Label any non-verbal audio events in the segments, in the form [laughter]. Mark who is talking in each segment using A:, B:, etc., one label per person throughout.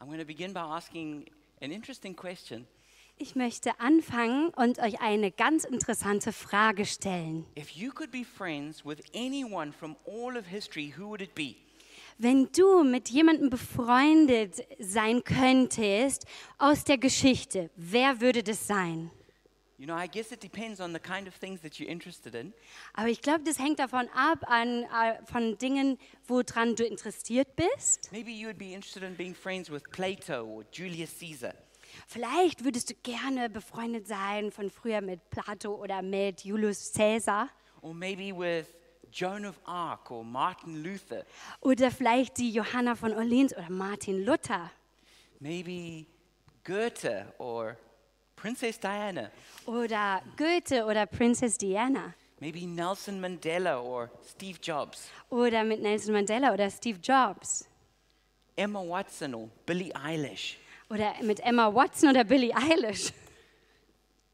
A: I'm going to begin by asking an interesting question.
B: Ich möchte anfangen und euch eine ganz interessante Frage stellen.
A: If you could be friends with anyone from all of history, who would it be?
B: Wenn du mit jemandem befreundet sein könntest aus der Geschichte, wer würde das sein?
A: You know, I guess it depends on the kind of things that you're interested in.
B: Aber ich glaube, das hängt davon ab, an, äh, von Dingen, woran du interessiert bist.
A: Maybe you would be interested in being friends with Plato or Julius Caesar.
B: Vielleicht würdest du gerne befreundet sein von früher mit Plato oder mit Julius Caesar.
A: Or maybe with Joan of Arc or Martin Luther.
B: Oder vielleicht die Johanna von Orleans oder Martin Luther.
A: Maybe Goethe or Princess Diana.
B: Oder Goethe oder Princess Diana.
A: Maybe Nelson Mandela or Steve Jobs.
B: Oder mit Nelson Mandela oder Steve Jobs.
A: Emma Watson or Billie Eilish.
B: Oder mit Emma Watson oder Billie Eilish.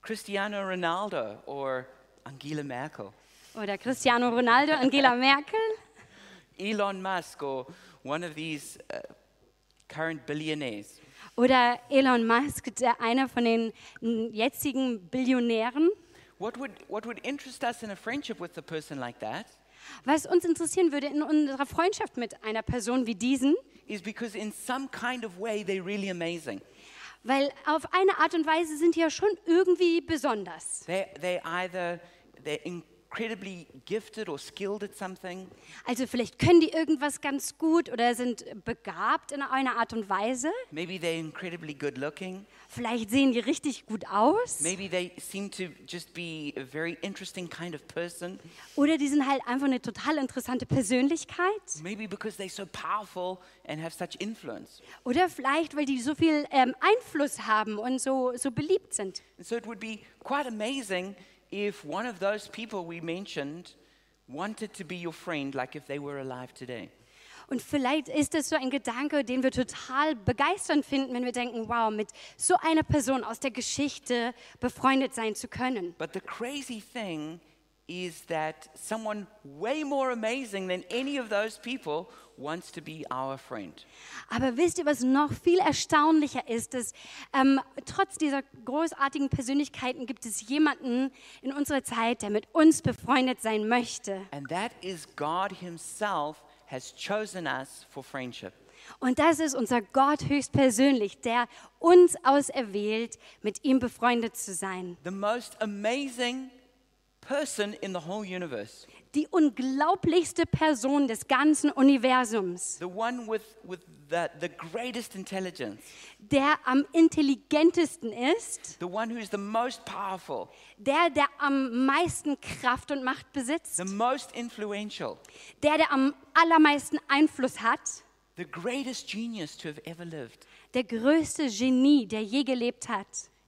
A: Cristiano Ronaldo or Angela Merkel.
B: Oder Cristiano Ronaldo, Angela Merkel.
A: Elon Musk or one of these uh, current billionaires.
B: Oder Elon Musk, der einer von den n- jetzigen Billionären.
A: What would, what would interest us in a friendship with a person like that
B: Was uns interessieren würde in unserer Freundschaft mit einer Person wie diesen,
A: is because, in some kind of way, they're really amazing.
B: weil auf eine Art und Weise sind die ja schon irgendwie besonders.
A: They, they either they're incredibly gifted or skilled at something,
B: Also vielleicht können die irgendwas ganz gut oder sind begabt in einer Art und Weise.
A: maybe they're incredibly good looking,
B: Vielleicht sehen die richtig gut aus.
A: maybe they seem to just be a very interesting kind of person,
B: Oder die sind halt einfach eine total interessante Persönlichkeit.
A: maybe because they're so powerful and have such influence.
B: Oder vielleicht, weil die so viel ähm, Einfluss haben und so, so beliebt sind.
A: And so it would be quite amazing if one of those people we mentioned wanted to be your friend, like if they were alive today.
B: Und vielleicht ist das so ein Gedanke, den wir total begeisternd finden, wenn wir denken, wow, mit so einer Person aus der Geschichte befreundet sein zu können.
A: But the crazy thing is that someone way more amazing than any of those people wants to be our friend.
B: Aber wisst ihr, was noch viel erstaunlicher ist, dass ähm, trotz dieser großartigen Persönlichkeiten gibt es jemanden in unserer Zeit, der mit uns befreundet sein möchte.
A: And that is God Himself has chosen us for friendship.
B: Und das ist unser Gott höchstpersönlich, der uns auserwählt, mit ihm befreundet zu sein.
A: The most amazing person in the whole universe,
B: Die unglaublichste Person des ganzen Universums.
A: the one with, with the, the greatest intelligence,
B: der am intelligentesten ist,
A: the one who's the most powerful,
B: der, der am meisten Kraft und Macht besitzt,
A: the most influential,
B: der, der am allermeisten Einfluss hat,
A: the greatest genius to have ever lived,
B: der größte Genie, der je gelebt hat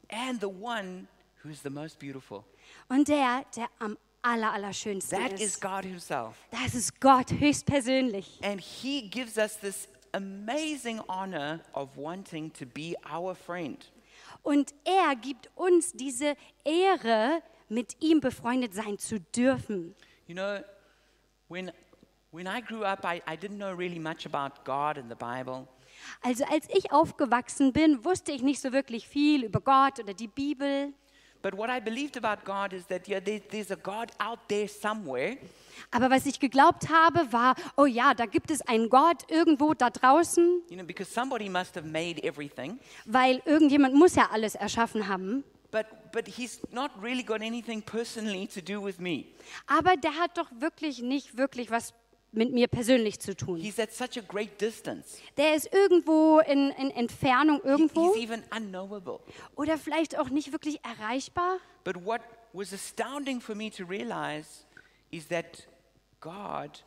A: and the one who's the most beautiful.
B: und der, der am aller, allerschönsten
A: That is
B: ist.
A: God Himself.
B: Das ist Gott höchstpersönlich.
A: And he gives us this amazing honor of wanting to be our friend.
B: Und er gibt uns diese Ehre, mit ihm befreundet sein zu dürfen.
A: You know, when, when I grew up, I, I didn't know really much about God and the Bible.
B: Also als ich aufgewachsen bin, wusste ich nicht so wirklich viel über Gott oder die Bibel.
A: But what I believed about God is that yeah, there, there's a God out there somewhere,
B: Aber was ich geglaubt habe, war, oh ja, da gibt es einen Gott irgendwo da draußen,
A: you know, because somebody must have made everything.
B: weil irgendjemand muss ja alles erschaffen haben.
A: But, but he's not really got anything personally to do with me.
B: Aber der hat doch wirklich nicht wirklich was mit mir persönlich zu tun.
A: He's at such a great distance.
B: Der ist irgendwo in, in Entfernung
A: He-
B: irgendwo
A: he's even unknowable.
B: oder vielleicht auch nicht wirklich erreichbar.
A: But what was astounding for me to realize is that God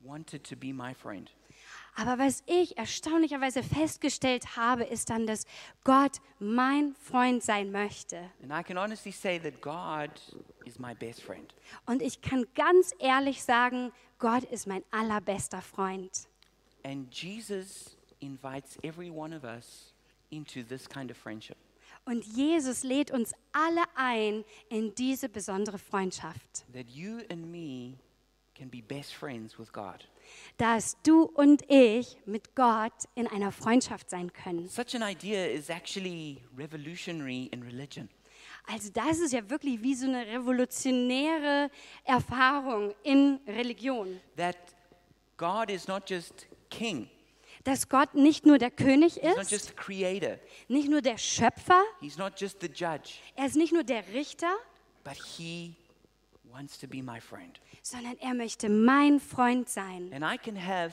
A: wanted to be my friend.
B: Aber was ich erstaunlicherweise festgestellt habe, ist dann, dass Gott mein Freund sein möchte.
A: And I can honestly say that God is my best friend.
B: Und ich kann ganz ehrlich sagen, Gott ist mein allerbester Freund.
A: And Jesus invites every one of us into this kind of friendship.
B: Und Jesus lädt uns alle ein in diese besondere Freundschaft,
A: That you and me can be best friends with God.
B: dass du und ich mit Gott in einer Freundschaft sein können.
A: Such an idea is actually revolutionary in religion.
B: Also das ist ja wirklich wie so eine revolutionäre Erfahrung in Religion,
A: That God is not just king,
B: dass Gott nicht nur der König
A: He's not
B: ist,
A: just creator,
B: nicht nur der Schöpfer,
A: He's not just the judge,
B: er ist nicht nur der Richter,
A: but He wants to be my friend.
B: sondern er möchte mein Freund sein.
A: And I can have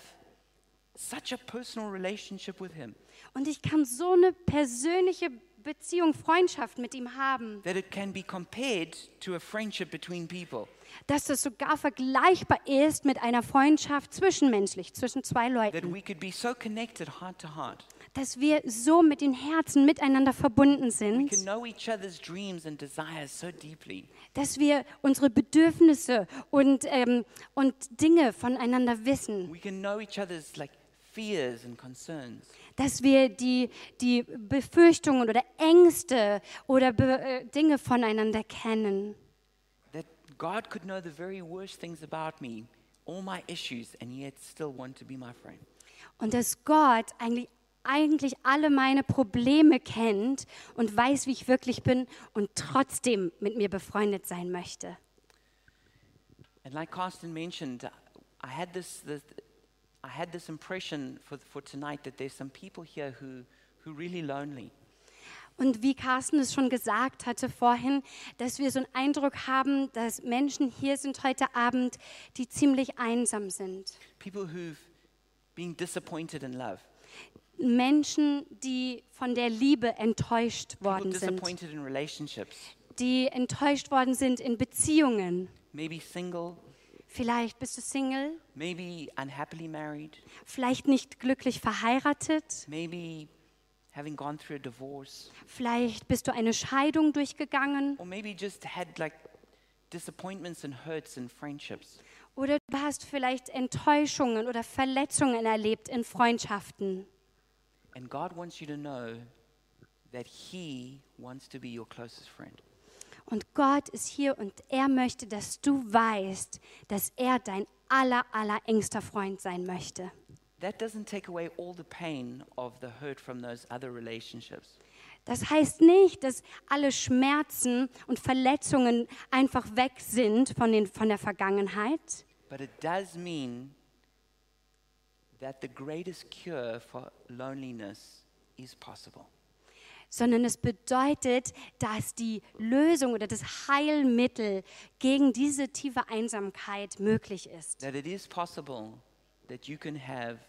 A: such a personal relationship with Him
B: Und ich kann so eine persönliche Beziehung, Freundschaft mit ihm haben,
A: that it can be compared to a friendship between people.
B: dass das sogar vergleichbar ist mit einer Freundschaft zwischenmenschlich, zwischen zwei
A: That
B: Leuten,
A: we could be so connected heart to heart.
B: dass wir so mit den Herzen miteinander verbunden
A: We
B: sind.
A: can know each other's dreams and desires so deeply.
B: dass wir unsere Bedürfnisse und, ähm, und Dinge voneinander wissen,
A: We can know each other's like fears and concerns.
B: dass wir die, die Befürchtungen oder Ängste oder Be äh, Dinge voneinander kennen,
A: That God could know the very worst things about me, all my issues, and yet still want to be my friend.
B: und dass Gott eigentlich, eigentlich alle meine Probleme kennt und weiß, wie ich wirklich bin und trotzdem mit mir befreundet sein möchte.
A: And like Carsten mentioned, I had this, this I had this impression for, for tonight that there's some people here who who are really lonely.
B: Und wie Carsten es schon gesagt hatte vorhin, dass wir so einen Eindruck haben, dass Menschen hier sind heute Abend, die ziemlich einsam sind.
A: People who've been disappointed in love.
B: Menschen, die von der Liebe enttäuscht
A: People
B: worden sind,
A: disappointed in relationships.
B: die enttäuscht worden sind in Beziehungen.
A: Maybe single,
B: Vielleicht bist du Single,
A: maybe unhappily married,
B: vielleicht nicht glücklich verheiratet,
A: maybe having gone through a divorce,
B: vielleicht bist du eine Scheidung durchgegangen
A: or maybe just had like disappointments and hurts in friendships.
B: oder du hast vielleicht Enttäuschungen oder Verletzungen erlebt in Freundschaften.
A: And God wants you to know that He wants to be your closest friend.
B: Und Gott ist hier und er möchte, dass du weißt, dass er dein aller, aller engster Freund sein möchte.
A: That doesn't take away all the pain of the hurt from those other relationships.
B: Das heißt nicht, dass alle Schmerzen und Verletzungen einfach weg sind von, den, von der Vergangenheit,
A: But it does mean that the greatest cure for loneliness is possible.
B: sondern es bedeutet, dass die Lösung oder das Heilmittel gegen diese tiefe Einsamkeit möglich ist.
A: That it is possible that you can have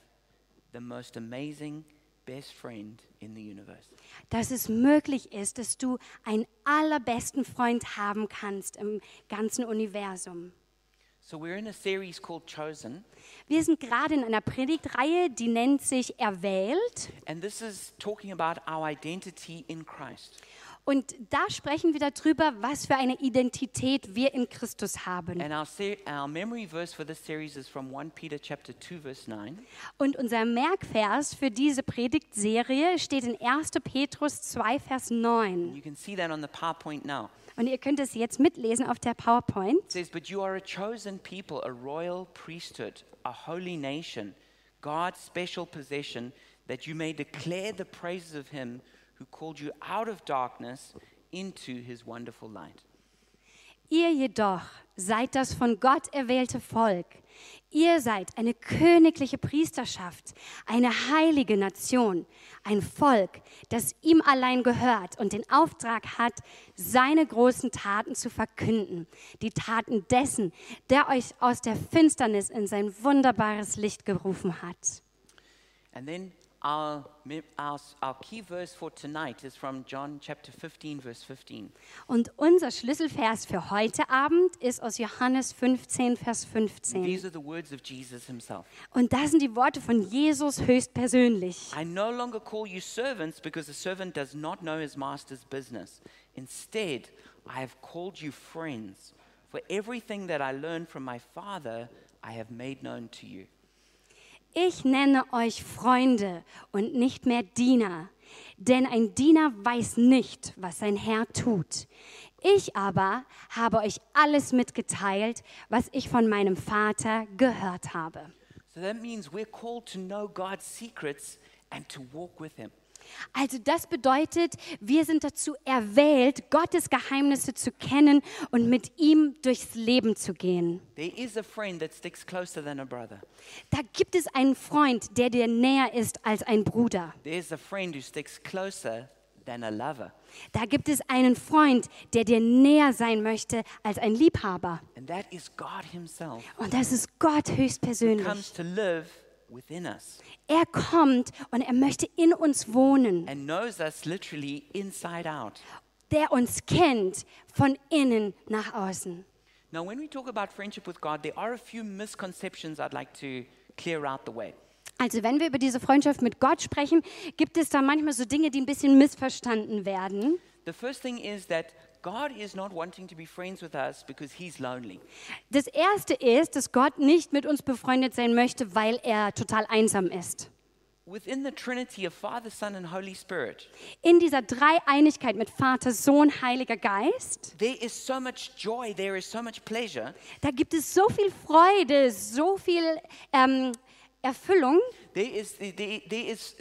A: the most amazing best friend in the universe.
B: Dass es möglich ist, dass du einen allerbesten Freund haben kannst im ganzen Universum.
A: So we're in a series called Chosen,
B: Wir sind gerade in einer Predigtreihe, die nennt sich Erwählt.
A: and this is talking about our identity in Christ.
B: Und da sprechen wir darüber, was für eine Identität wir in Christus haben.
A: And our, ser- our memory verse for this series is from 1 Peter chapter 2 verse 9.
B: Und unser Merkvers für diese Predigtserie steht in 1. Petrus 2, Vers 9.
A: You can see that on the PowerPoint now.
B: Und ihr könnt es jetzt mitlesen auf der PowerPoint.
A: It says, But you are a chosen people, a royal priesthood, a holy nation, God's special possession, that you may declare the praises of him who called you out of darkness into his wonderful light.
B: Ihr jedoch seid das von Gott erwählte Volk. Ihr seid eine königliche Priesterschaft, eine heilige Nation, ein Volk, das ihm allein gehört und den Auftrag hat, seine großen Taten zu verkünden. Die Taten dessen, der euch aus der Finsternis in sein wunderbares Licht gerufen hat.
A: And then our, me- our, our key verse for tonight is from John chapter 15, verse 15.
B: Und unser Schlüsselvers für heute Abend ist aus Johannes 15, Vers 15.
A: These are the words of Jesus himself.
B: Und das sind die Worte von Jesus höchstpersönlich.
A: I no longer call you servants because the servant does not know his master's business. Instead, I have called you friends, for everything that I learned from my Father, I have made known to you.
B: Ich nenne euch Freunde und nicht mehr Diener, denn ein Diener weiß nicht, was sein Herr tut. Ich aber habe euch alles mitgeteilt, was ich von meinem Vater gehört habe.
A: So that means we're called to know God's secrets and to walk with Him.
B: Also das bedeutet, wir sind dazu erwählt, Gottes Geheimnisse zu kennen und mit ihm durchs Leben zu gehen.
A: There is a friend that sticks closer than a brother.
B: Da gibt es einen Freund, der dir näher ist als ein Bruder.
A: There's a friend who sticks closer than a lover.
B: Da gibt es einen Freund, der dir näher sein möchte als ein Liebhaber.
A: And that is God Himself
B: Und das ist Gott höchstpersönlich.
A: comes to live within us
B: Er kommt und er möchte in uns wohnen,
A: and knows us literally inside out.
B: der uns kennt von innen nach außen.
A: Now, when we talk about friendship with God, there are a few misconceptions I'd like to clear out the way.
B: Also wenn wir über diese Freundschaft mit Gott sprechen, gibt es da manchmal so Dinge, die ein bisschen missverstanden werden.
A: The first thing is that God is not wanting to be friends with us because He's lonely.
B: Das Erste ist, dass Gott nicht mit uns befreundet sein möchte, weil er total einsam ist.
A: Within the Trinity of Father, Son, and Holy Spirit,
B: In dieser Dreieinigkeit mit Vater, Sohn, Heiliger Geist,
A: there is so much joy, there is so much pleasure,
B: da gibt es so viel Freude, so viel ähm, Erfüllung.
A: there is, there, there is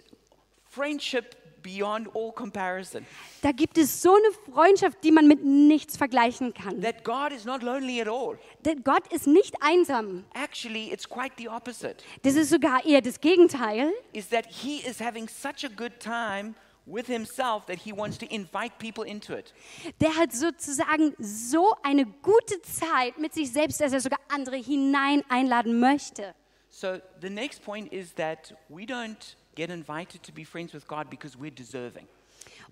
A: friendship beyond all comparison.
B: Da gibt es so eine Freundschaft, die man mit nichts vergleichen kann.
A: That God is not lonely at all.
B: Denn Gott ist nicht einsam.
A: Actually, it's quite the opposite.
B: Das ist sogar eher das Gegenteil.
A: Is that He is having such a good time with Himself that He wants to invite people into it.
B: Der hat sozusagen so eine gute Zeit mit sich selbst, dass er sogar andere hinein einladen möchte.
A: So the next point is that we don't get invited to be friends with God because we're deserving.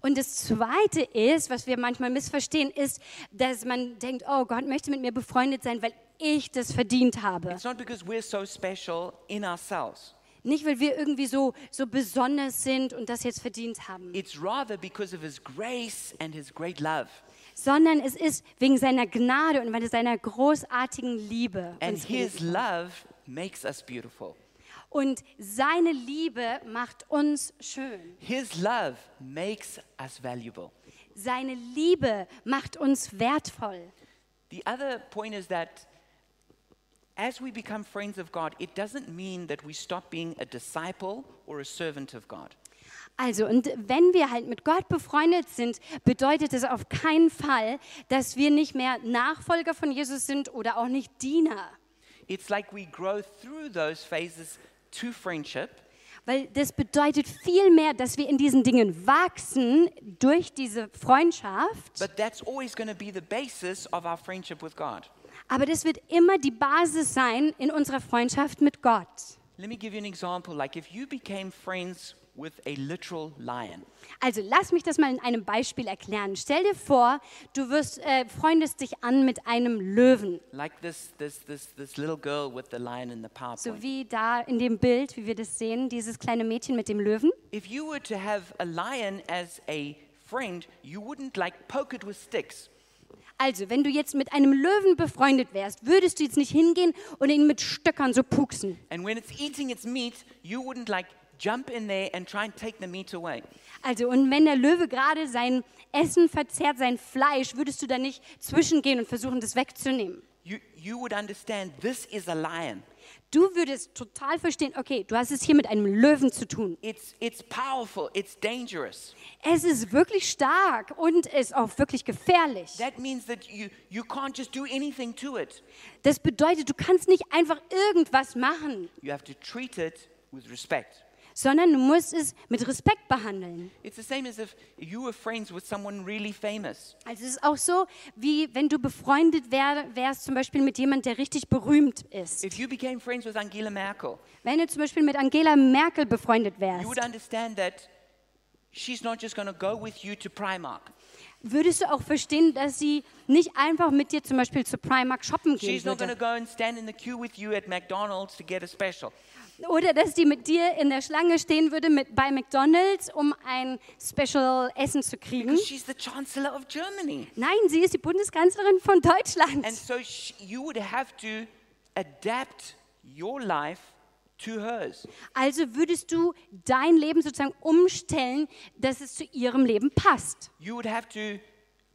B: Und das Zweite ist, was wir manchmal missverstehen, ist, dass man denkt, oh Gott möchte mit mir befreundet sein, weil ich das verdient habe.
A: It's not because we're so special in ourselves.
B: Nicht, weil wir irgendwie so, so besonders sind und das jetzt verdient haben,
A: It's rather because of his grace and his great love
B: sondern es ist wegen seiner Gnade und weil seiner großartigen Liebe.
A: and
B: uns
A: his
B: begegnet.
A: love makes us beautiful.
B: Und seine Liebe macht uns schön.
A: His love makes us valuable.
B: Seine Liebe macht uns wertvoll.
A: The other point is that as we become friends of God, it doesn't mean that we stop being a disciple or a servant of God.
B: Also, und wenn wir halt mit Gott befreundet sind, bedeutet es auf keinen Fall, dass wir nicht mehr Nachfolger von Jesus sind oder auch nicht Diener.
A: It's like we grow through those phases to friendship
B: Weil das bedeutet vielmehr, dass wir in diesen Dingen wachsen durch diese Freundschaft.
A: But that's always going to be the basis of our friendship with God.
B: Aber das wird immer die Basis sein in unserer Freundschaft mit Gott.
A: Let me give you an example. Like if you became friends with a literal lion,
B: Also lass mich das mal in einem Beispiel erklären. Stell dir vor, du wirst, äh, freundest dich an mit einem Löwen.
A: like this, this, this, this little girl with the lion in the PowerPoint.
B: So wie da in dem Bild, wie wir das sehen, dieses kleine Mädchen mit dem Löwen.
A: if you were to have a lion as a friend, you wouldn't like poke it with sticks.
B: Also, wenn du jetzt mit einem Löwen befreundet wärst, würdest du jetzt nicht hingehen und ihn mit Stöckern so puksen.
A: And when it's eating its meat, you wouldn't like jump in there and try and take the meat away.
B: Also, und wenn der Löwe gerade sein Essen verzehrt, sein Fleisch, würdest du da nicht zwischengehen und versuchen, das wegzunehmen.
A: You, you would understand this is a lion.
B: Du würdest total verstehen, okay, du hast es hier mit einem Löwen zu tun.
A: It's, it's powerful, it's dangerous.
B: Es ist wirklich stark und ist auch wirklich gefährlich.
A: That means that you, you can't just do anything to it.
B: Das bedeutet, du kannst nicht einfach irgendwas machen,
A: You have to treat it with respect.
B: sondern du musst es mit Respekt behandeln.
A: It's the same as if you were friends with someone really famous.
B: Also es ist auch so, wie wenn du befreundet wär, wärst, zum Beispiel mit jemandem, der richtig berühmt ist.
A: If you became friends with Angela Merkel,
B: Wenn du zum Beispiel mit Angela Merkel befreundet
A: you
B: wärst,
A: would understand that she's not just going to go with you to Primark.
B: würdest du auch verstehen, dass sie nicht einfach mit dir zum Beispiel zu Primark shoppen gehen
A: She's not going to
B: würde.
A: go and stand in the queue with you at McDonald's to get a special.
B: Oder dass die mit dir in der Schlange stehen würde mit, bei McDonald's, um ein Special Essen zu kriegen.
A: Because she's the Chancellor of Germany.
B: Nein, sie ist die Bundeskanzlerin von Deutschland.
A: And so sh you would have to adapt your life to hers.
B: Also würdest du dein Leben sozusagen umstellen, dass es zu ihrem Leben passt.
A: You would have to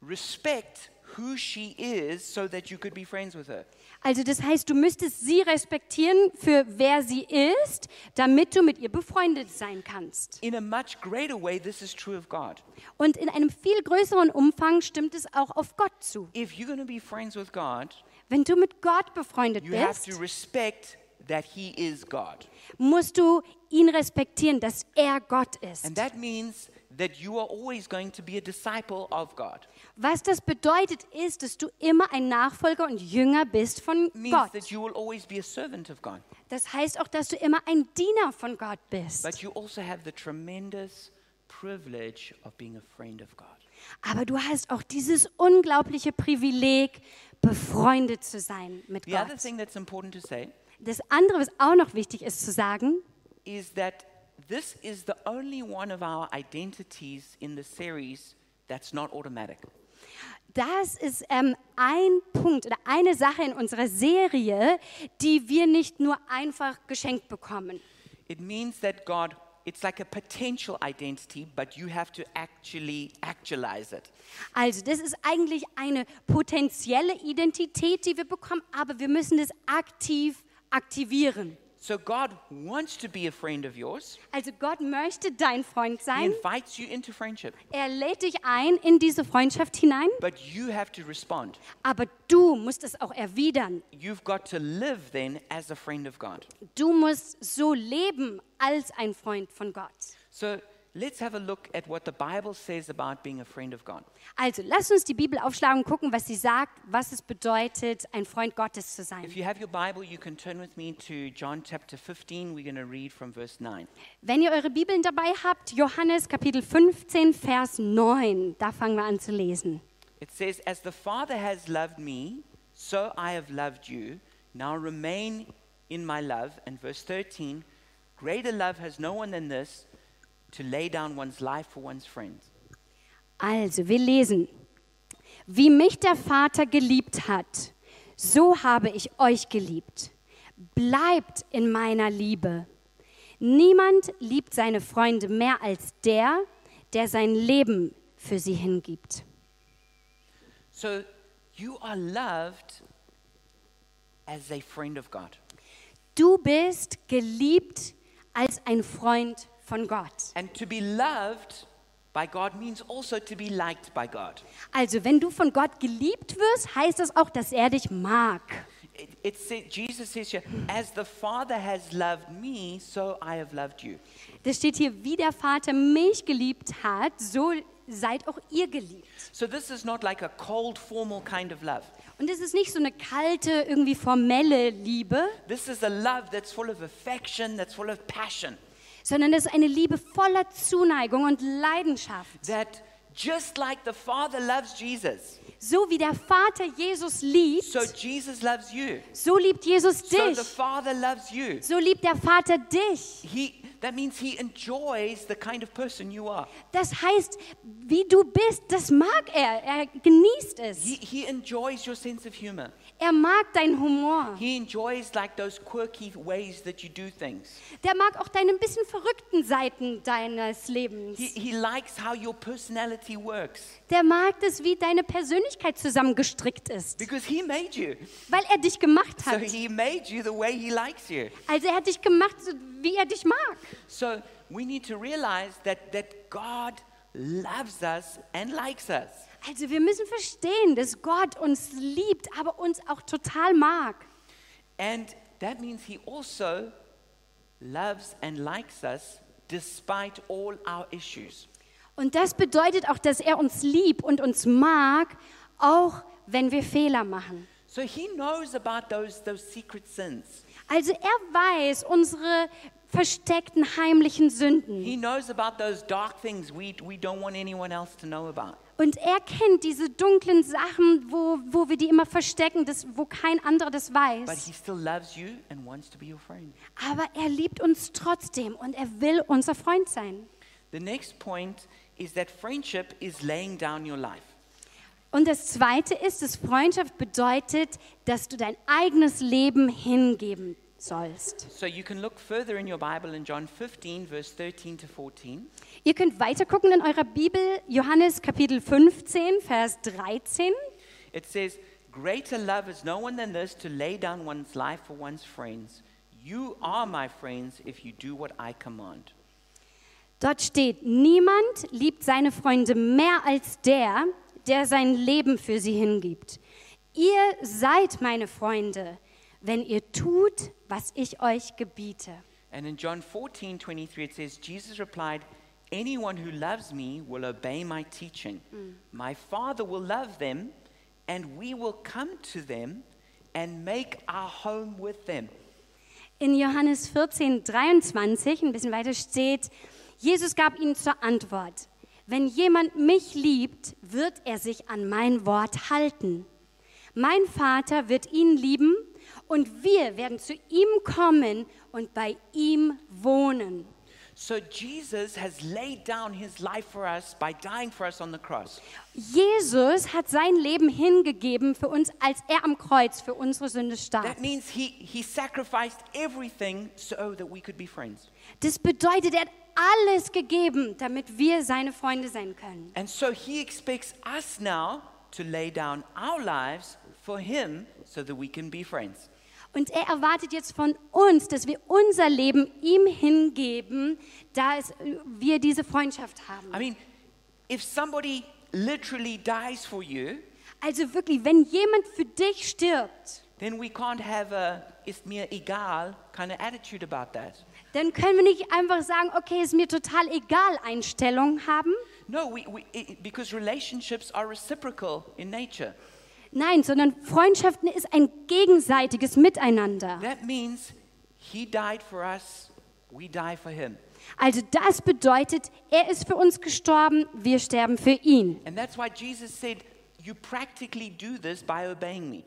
A: respect who she is so that you could be friends with her.
B: Also das heißt, du müsstest sie respektieren für wer sie ist, damit du mit ihr befreundet sein kannst.
A: In a much greater way, this is true of God.
B: Und in einem viel größeren Umfang stimmt es auch auf Gott zu.
A: If you're going to be friends with God,
B: Wenn du mit Gott befreundet
A: you have
B: bist,
A: to respect that He is God.
B: musst du ihn respektieren, dass er Gott ist.
A: And that means that you are always going to be a disciple of God.
B: Was das bedeutet, ist, dass du immer ein Nachfolger und Jünger bist von
A: means
B: Gott.
A: that you will always be a servant of God.
B: Das heißt auch, dass du immer ein Diener von Gott bist.
A: But you also have the tremendous privilege of being a friend of God.
B: Aber du hast auch dieses unglaubliche Privileg, befreundet zu sein mit
A: The other
B: Gott.
A: thing that's important to say
B: Das andere, was auch noch wichtig ist zu sagen,
A: is that this is the only one of our identities in the series that's not automatic.
B: das ist ähm, ein Punkt oder eine Sache in unserer Serie, die wir nicht nur einfach geschenkt bekommen.
A: It means that God, it's like a potential identity, but you have to actually actualize it.
B: Also das ist eigentlich eine potenzielle Identität, die wir bekommen, aber wir müssen das aktiv aktivieren.
A: So God wants to be a friend of yours.
B: Also Gott möchte dein Freund
A: He
B: sein.
A: invites you into friendship,
B: Er lädt dich ein in diese Freundschaft hinein,
A: but you have to respond.
B: aber du musst es auch erwidern.
A: You've got to live then as a friend of God.
B: Du musst so leben als ein Freund von Gott.
A: So let's have a look at what the Bible says about being a friend of God.
B: Also lass uns die Bibel aufschlagen und gucken, was sie sagt, was es bedeutet, ein Freund Gottes zu
A: If
B: sein.
A: you have your Bible, you can turn with me to John chapter 15. We're going to read from verse 9.
B: Wenn ihr eure Bibeln dabei habt, Johannes Kapitel 15, Vers 9, da fangen wir an zu lesen.
A: It says, As the Father has loved me, so I have loved you. Now remain in my love. And verse 13, Greater love has no one than this, to lay down one's life for one's friends.
B: Also, wir lesen. Wie mich der Vater geliebt hat, so habe ich euch geliebt. Bleibt in meiner Liebe. Niemand liebt seine Freunde mehr als der, der sein Leben für sie hingibt.
A: So you are loved as a friend of God.
B: Du bist geliebt als ein Freund von Gott.
A: And to be loved by God means also to be liked by God.
B: Also, wenn du von Gott geliebt wirst, heißt das auch, dass er dich mag.
A: It, it says, Jesus says here, as the Father has loved me, so I have loved you.
B: Das steht hier, wie der Vater mich geliebt hat, so seid auch ihr geliebt.
A: So this is not like a cold, formal kind of love.
B: Und es ist nicht so eine kalte, irgendwie formelle Liebe,
A: This is a love that's full of affection, that's full of passion,
B: sondern es ist eine Liebe voller Zuneigung und Leidenschaft.
A: that just like the Father loves Jesus,
B: So wie der Vater Jesus liebt,
A: so Jesus loves you.
B: so liebt Jesus
A: So
B: dich.
A: the Father loves you.
B: So liebt der Vater dich.
A: He, that means he enjoys the kind of person you are.
B: Das heißt, wie du bist, das mag er. Er genießt
A: He,
B: es.
A: he enjoys your sense of humor.
B: Er mag deinen Humor.
A: He enjoys like those quirky ways that you do things.
B: Der mag auch deine ein bisschen verrückten Seiten deines Lebens.
A: He, he likes how your personality works
B: Der mag es, wie deine Persönlichkeit zusammengestrickt ist,
A: because he made you.
B: weil er dich gemacht
A: So
B: hat.
A: he made you the way he likes you.
B: Also er hat dich gemacht, so wie er dich mag.
A: So we need to realize that, that God loves us and likes us.
B: Also wir müssen verstehen, dass Gott uns liebt, aber uns auch total mag.
A: And that means he also loves and likes us despite all our issues.
B: Und das bedeutet auch, dass er uns liebt und uns mag, auch wenn wir Fehler machen.
A: So he knows about those, those secret sins.
B: Also er weiß unsere versteckten heimlichen Sünden.
A: He knows about those dark things we, we don't want anyone else to know about.
B: Und er kennt diese dunklen Sachen, wo, wo wir die immer verstecken, das, wo kein anderer das
A: But
B: weiß.
A: he still loves you and wants to be your friend.
B: Aber er liebt uns trotzdem und er will unser Freund sein.
A: The next point is that friendship is laying down your life.
B: Und das Zweite ist, dass Freundschaft bedeutet, dass du dein eigenes Leben hingeben sollst.
A: So you can look further in your Bible in John 15, verse 13 to 14.
B: Ihr könnt weitergucken in eurer Bibel, Johannes Kapitel 15, Vers 13.
A: It says, Greater love is no one than this to lay down one's life for one's friends. You are my friends if you do what I command.
B: Dort steht, niemand liebt seine Freunde mehr als der, der sein Leben für sie hingibt. Ihr seid meine Freunde, wenn ihr tut, was ich euch gebiete.
A: And in John 14, 23, it says, Jesus replied, Anyone who loves me will obey my teaching. My Father will love them, and we will come to them and make our home with them.
B: In Johannes 14, 23, ein bisschen weiter steht, Jesus gab ihnen zur Antwort, wenn jemand mich liebt, wird er sich an mein Wort halten. Mein Vater wird ihn lieben und wir werden zu ihm kommen und bei ihm wohnen.
A: So Jesus has laid down his life for us by dying for us on the cross.
B: Jesus hat sein Leben hingegeben für uns, als er am Kreuz für unsere Sünde starb.
A: That means he, he sacrificed everything so that we could be friends.
B: Das bedeutet, er hat alles gegeben, damit wir seine Freunde sein können.
A: And so he expects us now to lay down our lives for him so that we can be friends.
B: Und er erwartet jetzt von uns, dass wir unser Leben ihm hingeben, da es, wir diese Freundschaft haben.
A: I mean, if somebody literally dies for you,
B: Also wirklich, wenn jemand für dich stirbt,
A: then we can't have a ist mir egal kind of attitude about that.
B: dann können wir nicht einfach sagen, okay, ist mir total egal, Einstellung haben.
A: No, we, we, i- i- because relationships are reciprocal in nature.
B: Nein, sondern Freundschaften ist ein gegenseitiges Miteinander.
A: That means he died for us, we die for him.
B: Also das bedeutet, er ist für uns gestorben, wir sterben für ihn.
A: And that's why Jesus said, You practically do this by obeying me.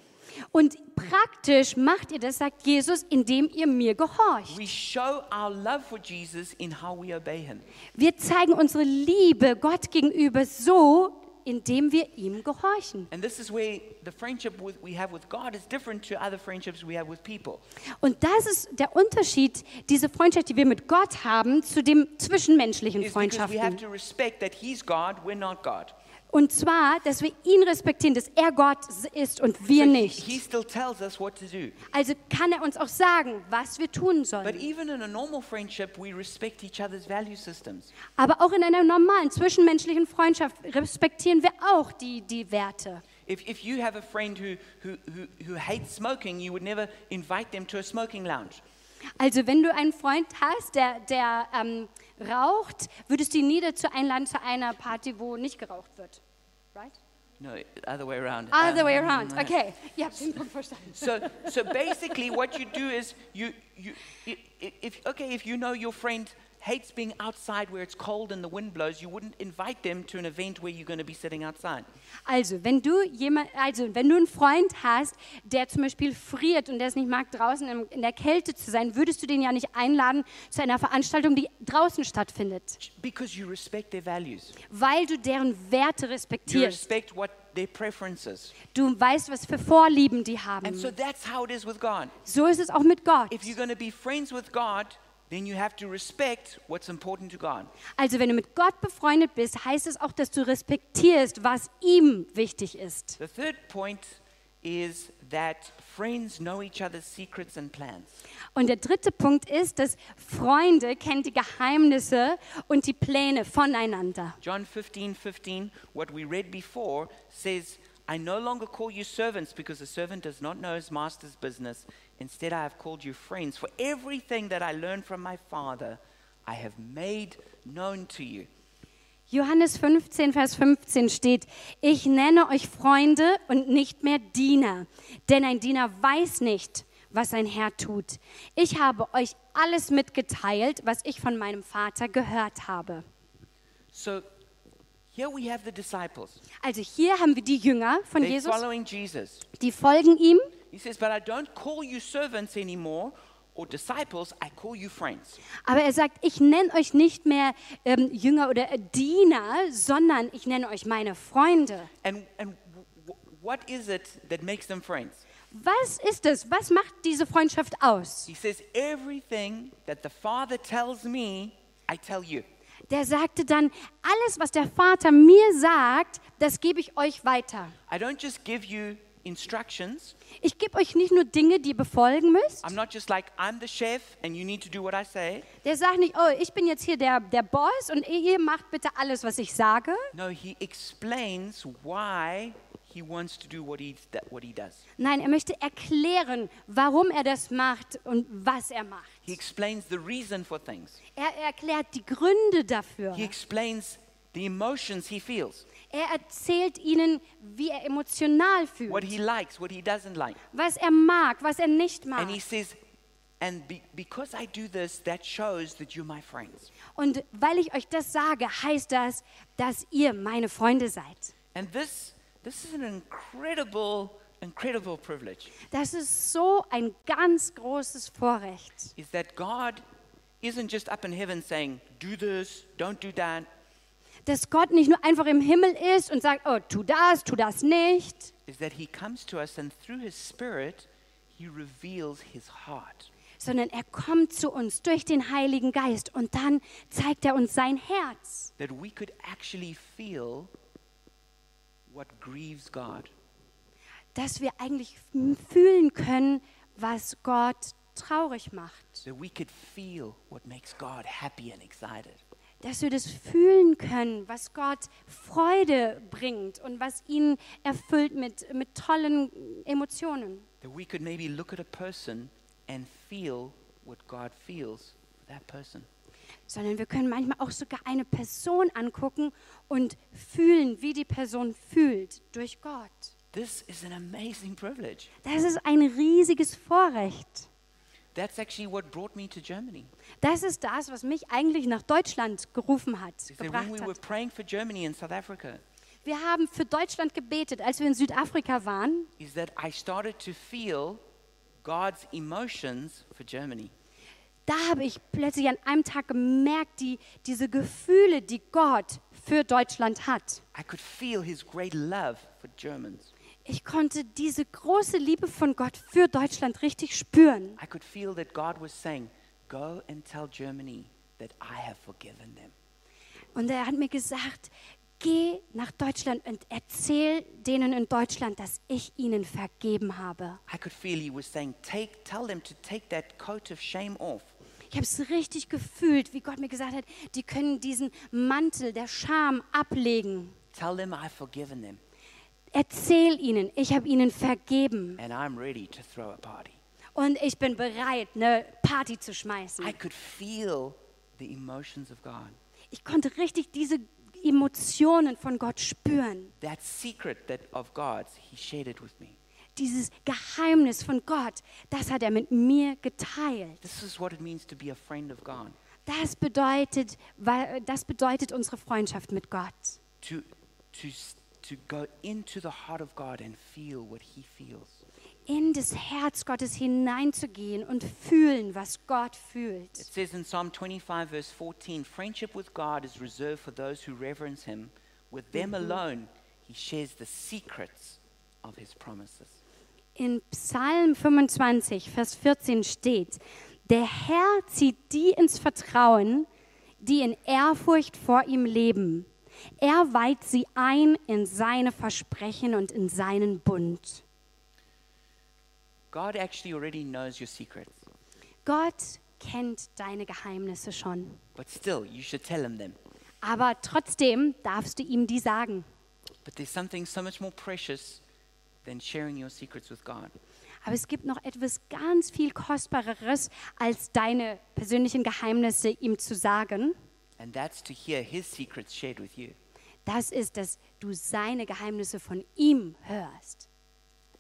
B: Und praktisch macht ihr das, sagt Jesus, indem ihr mir gehorcht.
A: We show our love for Jesus in how we obey him.
B: Wir zeigen unsere Liebe Gott gegenüber so, indem wir ihm gehorchen.
A: And this is where the friendship with, we have with God is different to other friendships we have with people.
B: Und das ist der Unterschied, diese Freundschaft, die wir mit Gott haben, zu dem zwischenmenschlichen
A: Is because we have
B: Freundschaften.
A: to respect that he's God, we're not God.
B: Und zwar, dass wir ihn respektieren, dass er Gott ist und wir
A: So he- He
B: nicht.
A: still tells us what to do.
B: Also kann er uns auch sagen, was wir tun
A: But
B: sollen.
A: even in a normal friendship, we respect each other's value systems.
B: Aber auch in einer normalen zwischenmenschlichen Freundschaft respektieren wir auch die, die Werte.
A: If, if you have a friend who, who, who, who hates smoking, you would never invite them to a smoking lounge.
B: Also wenn du einen Freund hast, der, der ähm, raucht, würdest du ihn nie dazu einladen zu einer Party, wo nicht geraucht wird. Right?
A: No, other way around.
B: Other
A: Um, [laughs]
B: way around. Okay, ihr habt den Punkt verstanden.
A: So, so basically, what you do is you, you, i- i- if, okay, if you know your friend hates being outside where it's cold and the wind blows, you wouldn't invite them to an event where you're going to be sitting outside.
B: Also wenn, du jemand, also, wenn du einen Freund hast, der zum Beispiel friert und der es nicht mag, draußen in, in der Kälte zu sein, würdest du den ja nicht einladen zu einer Veranstaltung, die draußen stattfindet,
A: Because you respect their values,
B: weil du deren Werte
A: you
B: respektierst.
A: respect what their preferences.
B: Du weißt, was für Vorlieben die
A: And
B: haben.
A: so that's how it is with God.
B: So ist es auch mit Gott.
A: If you're going to be friends with God, then you have to respect what's important to God.
B: Also wenn du mit Gott befreundet bist, heißt es auch, dass du respektierst, was ihm wichtig ist.
A: The third point is that friends know each other's secrets and plans.
B: Und der dritte Punkt ist, dass Freunde kennen die Geheimnisse und die Pläne voneinander.
A: John 15, 15, what we read before says, I no longer call you servants because a servant does not know his master's business. Instead, I have called you friends. For everything that I learned from my father, I have made known to you.
B: Johannes 15, Vers 15 steht, ich nenne euch Freunde und nicht mehr Diener, denn ein Diener weiß nicht, was sein Herr tut. Ich habe euch alles mitgeteilt, was ich von meinem Vater gehört habe.
A: So here we have the disciples.
B: Also hier haben wir die Jünger von
A: They're
B: Jesus,
A: following Jesus.
B: die folgen ihm
A: He says, But I don't call you servants anymore or disciples, I call you friends.
B: Aber er sagt, ich nenne euch nicht mehr ähm, Jünger oder äh, Diener, sondern ich nenne euch meine Freunde.
A: And, and w- w- what is it that makes them friends?
B: Was ist es? Was macht diese Freundschaft aus?
A: He says, Everything that the Father tells me, I tell you.
B: Der sagte dann, alles, was der Vater mir sagt, das gebe ich euch weiter.
A: I don't just give you instructions.
B: Ich gebe euch nicht nur Dinge, die ihr befolgen müsst.
A: I'm not just like, I'm the chef and you need to do what I say.
B: Der sagt nicht, oh, ich bin jetzt hier der, der Boss und ihr macht bitte alles, was ich sage.
A: No, he explains why he wants to do what he, that, what he does.
B: Nein, er möchte erklären, warum er das macht und was er macht.
A: He explains the reason for things.
B: Er erklärt die Gründe dafür.
A: He explains the emotions he feels,
B: Er erzählt ihnen, wie er emotional
A: what
B: fühlt,
A: he likes, what he doesn't like.
B: was er mag, was er nicht mag.
A: And he says, and be, because I do this, that shows that you're my friends.
B: Und weil ich euch das sage, heißt das, dass ihr meine Freunde seid.
A: And this, this is an incredible, incredible privilege,
B: Das ist so ein ganz großes Vorrecht,
A: is that God isn't just up in heaven saying, do this, don't do that.
B: dass Gott nicht nur einfach im Himmel ist und sagt, oh, tu das, tu das nicht,
A: Is that he comes to us and through his spirit, he reveals his heart.
B: sondern er kommt zu uns durch den Heiligen Geist und dann zeigt er uns sein Herz,
A: That we could actually feel what grieves God.
B: dass wir eigentlich fühlen können, was Gott traurig macht,
A: That we could feel what makes God happy and excited.
B: dass wir das fühlen können, was Gott Freude bringt und was ihn erfüllt mit, mit tollen Emotionen.
A: That we could maybe look at a person and feel what God feels for that person.
B: sondern wir können manchmal auch sogar eine Person angucken und fühlen, wie die Person fühlt durch Gott.
A: This is an amazing privilege.
B: Das ist ein riesiges Vorrecht.
A: That's actually what brought me to Germany.
B: Das ist das, was mich eigentlich nach Deutschland gerufen hat,
A: Is that when
B: gebracht
A: we were
B: hat.
A: praying for Germany and South Africa,
B: Wir haben für Deutschland gebetet, als wir in Südafrika waren,
A: is that I started to feel God's emotions for Germany.
B: da habe ich plötzlich an einem Tag gemerkt, die, diese Gefühle, die Gott für Deutschland hat.
A: I could feel his great love for Germans.
B: Ich konnte diese große Liebe von Gott für Deutschland richtig spüren.
A: I could feel that God was saying, Go and tell Germany that I have forgiven them.
B: Und er hat mir gesagt, geh nach Deutschland und erzähl denen in Deutschland, dass ich ihnen vergeben habe.
A: I could feel he was saying, take, Tell them to take that coat of shame off.
B: Ich habe es richtig gefühlt, wie Gott mir gesagt hat, die können diesen Mantel der Scham ablegen.
A: Tell them I've forgiven them
B: Erzähl ihnen, ich habe ihnen vergeben
A: and I'm ready to throw a party.
B: und ich bin bereit, eine Party zu schmeißen.
A: I could feel the emotions of God.
B: Ich konnte richtig diese Emotionen von Gott spüren.
A: That secret that of God's, he shared it with me.
B: Dieses Geheimnis von Gott, das hat er mit mir geteilt.
A: This is what it means to be a friend of God.
B: Das bedeutet, wa- das bedeutet unsere Freundschaft mit Gott.
A: To, to, s- to go into the heart of God and feel what he feels.
B: In das Herz Gottes hineinzugehen und fühlen, was Gott
A: It
B: fühlt.
A: says in Psalm 25, verse 14 Friendship with God is reserved for those who reverence him. With them alone, he shares the secrets of his promises.
B: In Psalm 25, Vers 14 steht, der Herr zieht die ins Vertrauen, die in Ehrfurcht vor ihm leben. Er weiht sie ein in seine Versprechen und in seinen Bund.
A: God actually already knows your secrets,
B: Gott kennt deine Geheimnisse schon.
A: but still, you should tell him them.
B: Aber trotzdem darfst du ihm die sagen.
A: But there's something so much more precious than sharing your secrets with God.
B: Aber es gibt noch etwas ganz viel Kostbareres, als deine persönlichen Geheimnisse ihm zu sagen.
A: And that's to hear his secrets shared with you.
B: Das ist, dass du seine Geheimnisse von ihm hörst.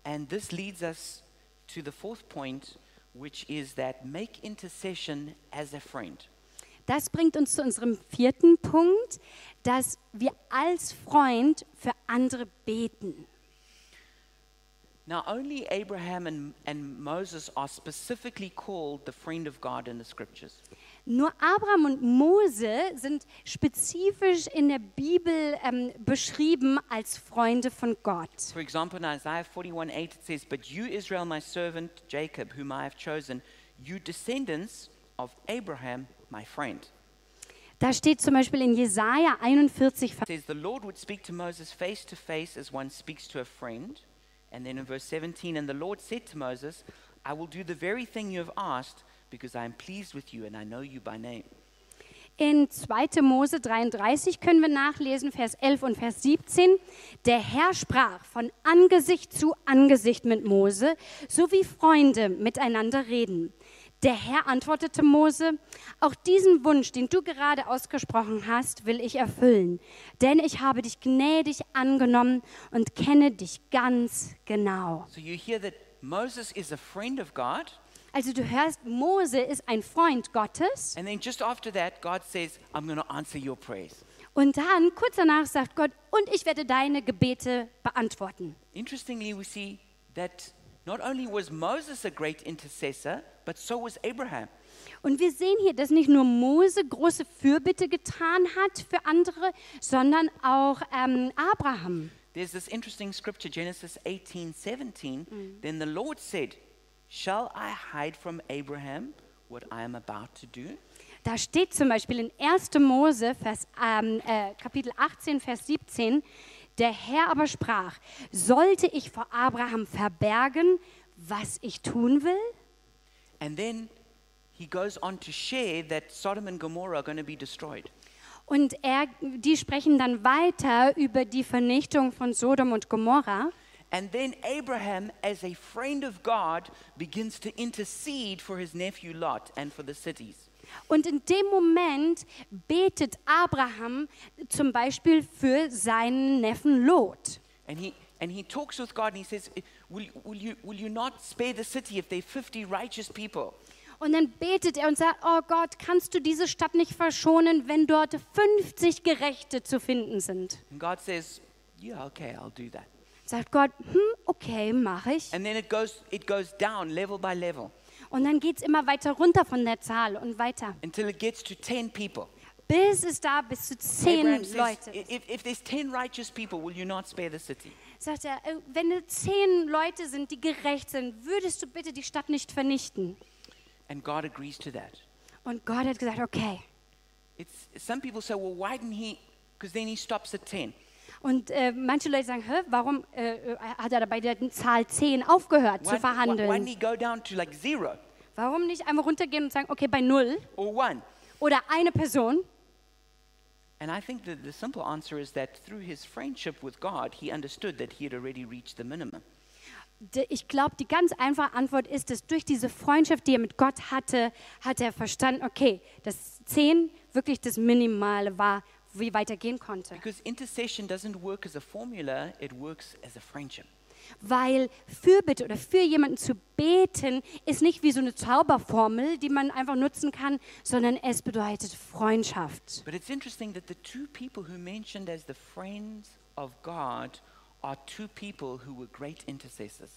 A: And this leads us to the fourth point, which is that make intercession as a friend.
B: Das bringt uns zu unserem vierten Punkt, dass wir als Freund für andere beten.
A: Now, only Abraham and, and Moses are specifically called the friend of God in the scriptures.
B: Nur Abraham und Mose sind spezifisch in der Bibel ähm, beschrieben als Freunde von Gott.
A: For example, in Isaiah 41 8, it says, But you, Israel, my servant Jacob, whom I have chosen, you descendants of Abraham, my friend.
B: Da steht zum Beispiel in Jesaja 41,
A: It says, The Lord would speak to Moses face to face as one speaks to a friend. And then in verse 17, and the Lord said to Moses, I will do the very thing you have asked because I am pleased with you and I know you by name.
B: In 2. Mose 33 können wir nachlesen, Vers 11 und Vers 17. Der Herr sprach von Angesicht zu Angesicht mit Mose, so wie Freunde miteinander reden. Der Herr antwortete Mose, auch diesen Wunsch, den du gerade ausgesprochen hast, will ich erfüllen, denn ich habe dich gnädig angenommen und kenne dich ganz genau.
A: So you hear that Moses is a friend of God.
B: Also du hörst, Mose ist ein Freund Gottes
A: And then just after that, God says, I'm going to answer your prayers.
B: und dann kurz danach sagt Gott, und ich werde deine Gebete beantworten.
A: Interestingly, we see that not only was Moses a great intercessor, but so was Abraham.
B: Und wir sehen hier, dass nicht nur Mose große Fürbitte getan hat für andere, sondern auch ähm, Abraham.
A: There's this interesting scripture, Genesis 18, 17. Then the Lord said, Shall I hide from Abraham what I am about to do?
B: Da steht zum Beispiel in 1. Mose, Vers, ähm, äh, Kapitel 18, Vers 17, der Herr aber sprach, sollte ich vor Abraham verbergen, was ich tun will?
A: And then he goes on to share that Sodom and Gomorrah are going to be destroyed.
B: Und er, die sprechen dann weiter über die Vernichtung von Sodom und Gomorra.
A: And then Abraham, as a friend of God, begins to intercede for his nephew Lot and for the cities.
B: Und in dem Moment betet Abraham zum Beispiel für seinen Neffen Lot.
A: And he, and he talks with God and he says, will, will, you, will you not spare the city if there are 50 righteous people?
B: Und dann betet er und sagt, oh Gott, kannst du diese Stadt nicht verschonen, wenn dort 50 Gerechte zu finden sind?
A: And God says, Yeah, okay, I'll do that.
B: Sagt Gott, hm, okay, mache ich.
A: And then it goes, it goes down level by level
B: Und dann geht es immer weiter runter von der Zahl und weiter,
A: until it gets to 10 people.
B: bis es da bis zu
A: Abraham
B: zehn
A: says, "Eh."
B: Leute
A: "I- if, if there's 10 righteous people, will you not spare the city?
B: Sagt er, "Äh, wenn es zehn Leute sind, die gerecht sind, würdest du bitte die Stadt nicht vernichten?
A: And God agrees to that.
B: Und Gott hat gesagt, okay.
A: It's, some people say, well, why didn't he? Because then he stops at 10.
B: Und äh, manche Leute sagen, Hä, warum äh, äh, hat er bei der Zahl 10 aufgehört
A: Why,
B: zu
A: why, why didn't
B: verhandeln?
A: he go down to like zero
B: Warum nicht einmal runtergehen und sagen, okay, bei null
A: or one?
B: oder eine Person?
A: And I think that the simple answer is that through his friendship with God, he understood that he had already reached the minimum.
B: D- Ich glaube, die ganz einfache Antwort ist, dass durch diese Freundschaft, die er mit Gott hatte, hat er verstanden, okay, dass 10 wirklich das Minimale war, wie weit er gehen konnte.
A: Because intercession doesn't work as a formula, it works as a friendship.
B: Weil Fürbitte oder für jemanden zu beten, ist nicht wie so eine Zauberformel, die man einfach nutzen kann, sondern es bedeutet Freundschaft.
A: But it's interesting that the two people who mentioned as the friends of God are two people who were great intercessors.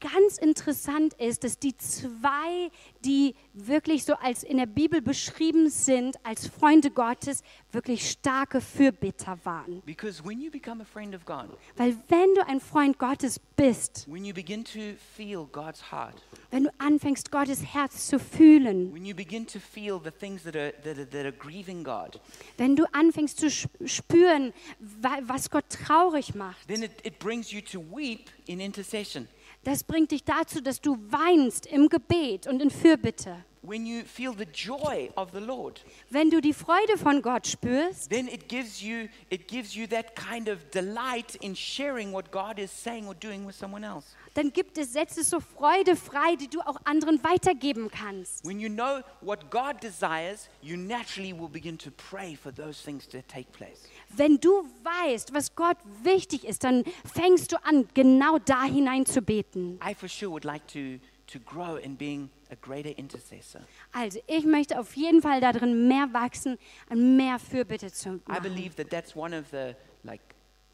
B: ganz interessant ist, dass die zwei, die wirklich so als in der Bibel beschrieben sind, als Freunde Gottes, wirklich starke Fürbitter waren.
A: Because when you become a friend of God,
B: Weil wenn du ein Freund Gottes bist,
A: when you begin to feel God's heart,
B: wenn du anfängst, Gottes Herz zu fühlen,
A: when you begin to feel the things that are, that are, that are grieving God,
B: wenn du anfängst zu sch- spüren, wa- was Gott traurig macht,
A: then it, it brings you to weep in intercession.
B: das bringt dich dazu, dass du weinst im Gebet und in Fürbitte.
A: When you feel the joy of the Lord,
B: Wenn du die Freude von Gott spürst,
A: then it gives you it gives you that kind of delight in sharing what God is saying or doing with someone else.
B: dann gibt es, setzt es so Freude frei, die du auch anderen weitergeben kannst.
A: When you know what God desires, you naturally will begin to pray for those things to take place.
B: Wenn du weißt, was Gott wichtig ist, dann fängst du an, genau da hinein zu beten.
A: I for sure would like to to grow in being a greater intercessor.
B: Also ich möchte auf jeden Fall darin mehr wachsen, an mehr Fürbitte zu
A: I
B: machen.
A: believe that that's one of the like